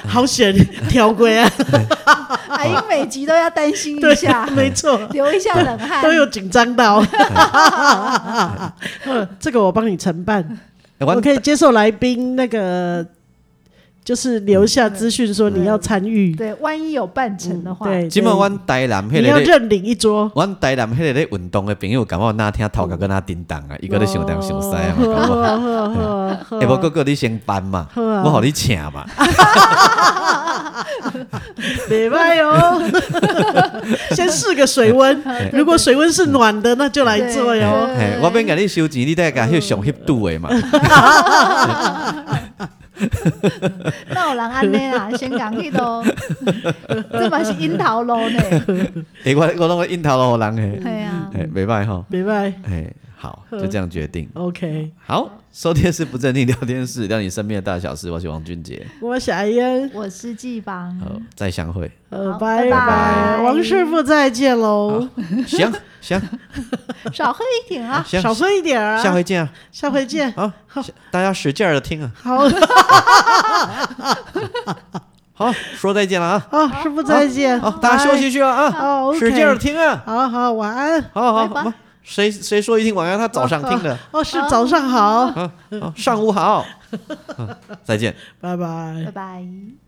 好 险条规啊，
阿英每集都要担心一下，
没错，
流一下冷汗，
都有紧张到， 嗯这个我帮你承办。
诶
我
我
可以接受来宾那个，就是留下资讯说你要参与，
对，万一有办成的话，
对，
即
对
满阮台南迄
你要
个咧，
认领一 桌，
阮台南迄个咧运动的朋友，感觉哪听头壳跟哪叮当啊，伊个咧想东想西啊嘛，
喝
感觉。
喝喝喝喝，
诶，无哥哥你先办嘛，
好啊
我互你请嘛。
别卖哦， 先试个水温，如果水温是暖的，那就来做哟。
对
诶，我免甲你收钱，你再甲翕上翕拄的嘛。
那有人安尼啦，先讲迄 咯，这嘛是樱桃路呢，
嗯
诶，我我拢会引头咯，互人诶，
对啊，
诶，袂歹吼。
别卖
诶，好，就这样决定。
，OK，
好，收听是不正经聊天室，聊你身边的大小事。我是王俊杰，
我是艾恩，
我是季芳，
好，再相会。
呃，
好
拜
拜
拜，
拜
王师傅再见喽，
行行
少喝一点啊，
行，
少说一点啊，
下回见啊！
下回 见，
啊，下大家使劲的听啊！
好
好，说再见了啊！
好，师傅再见，
好，大家休息去啊啊！
好，OK，
使劲的听啊！
好好晚安。
好好
拜
好，谁谁说一听晚安，他早上听 的。
哦，是早上好，
啊，啊上午好，啊再见。
拜拜
拜。拜。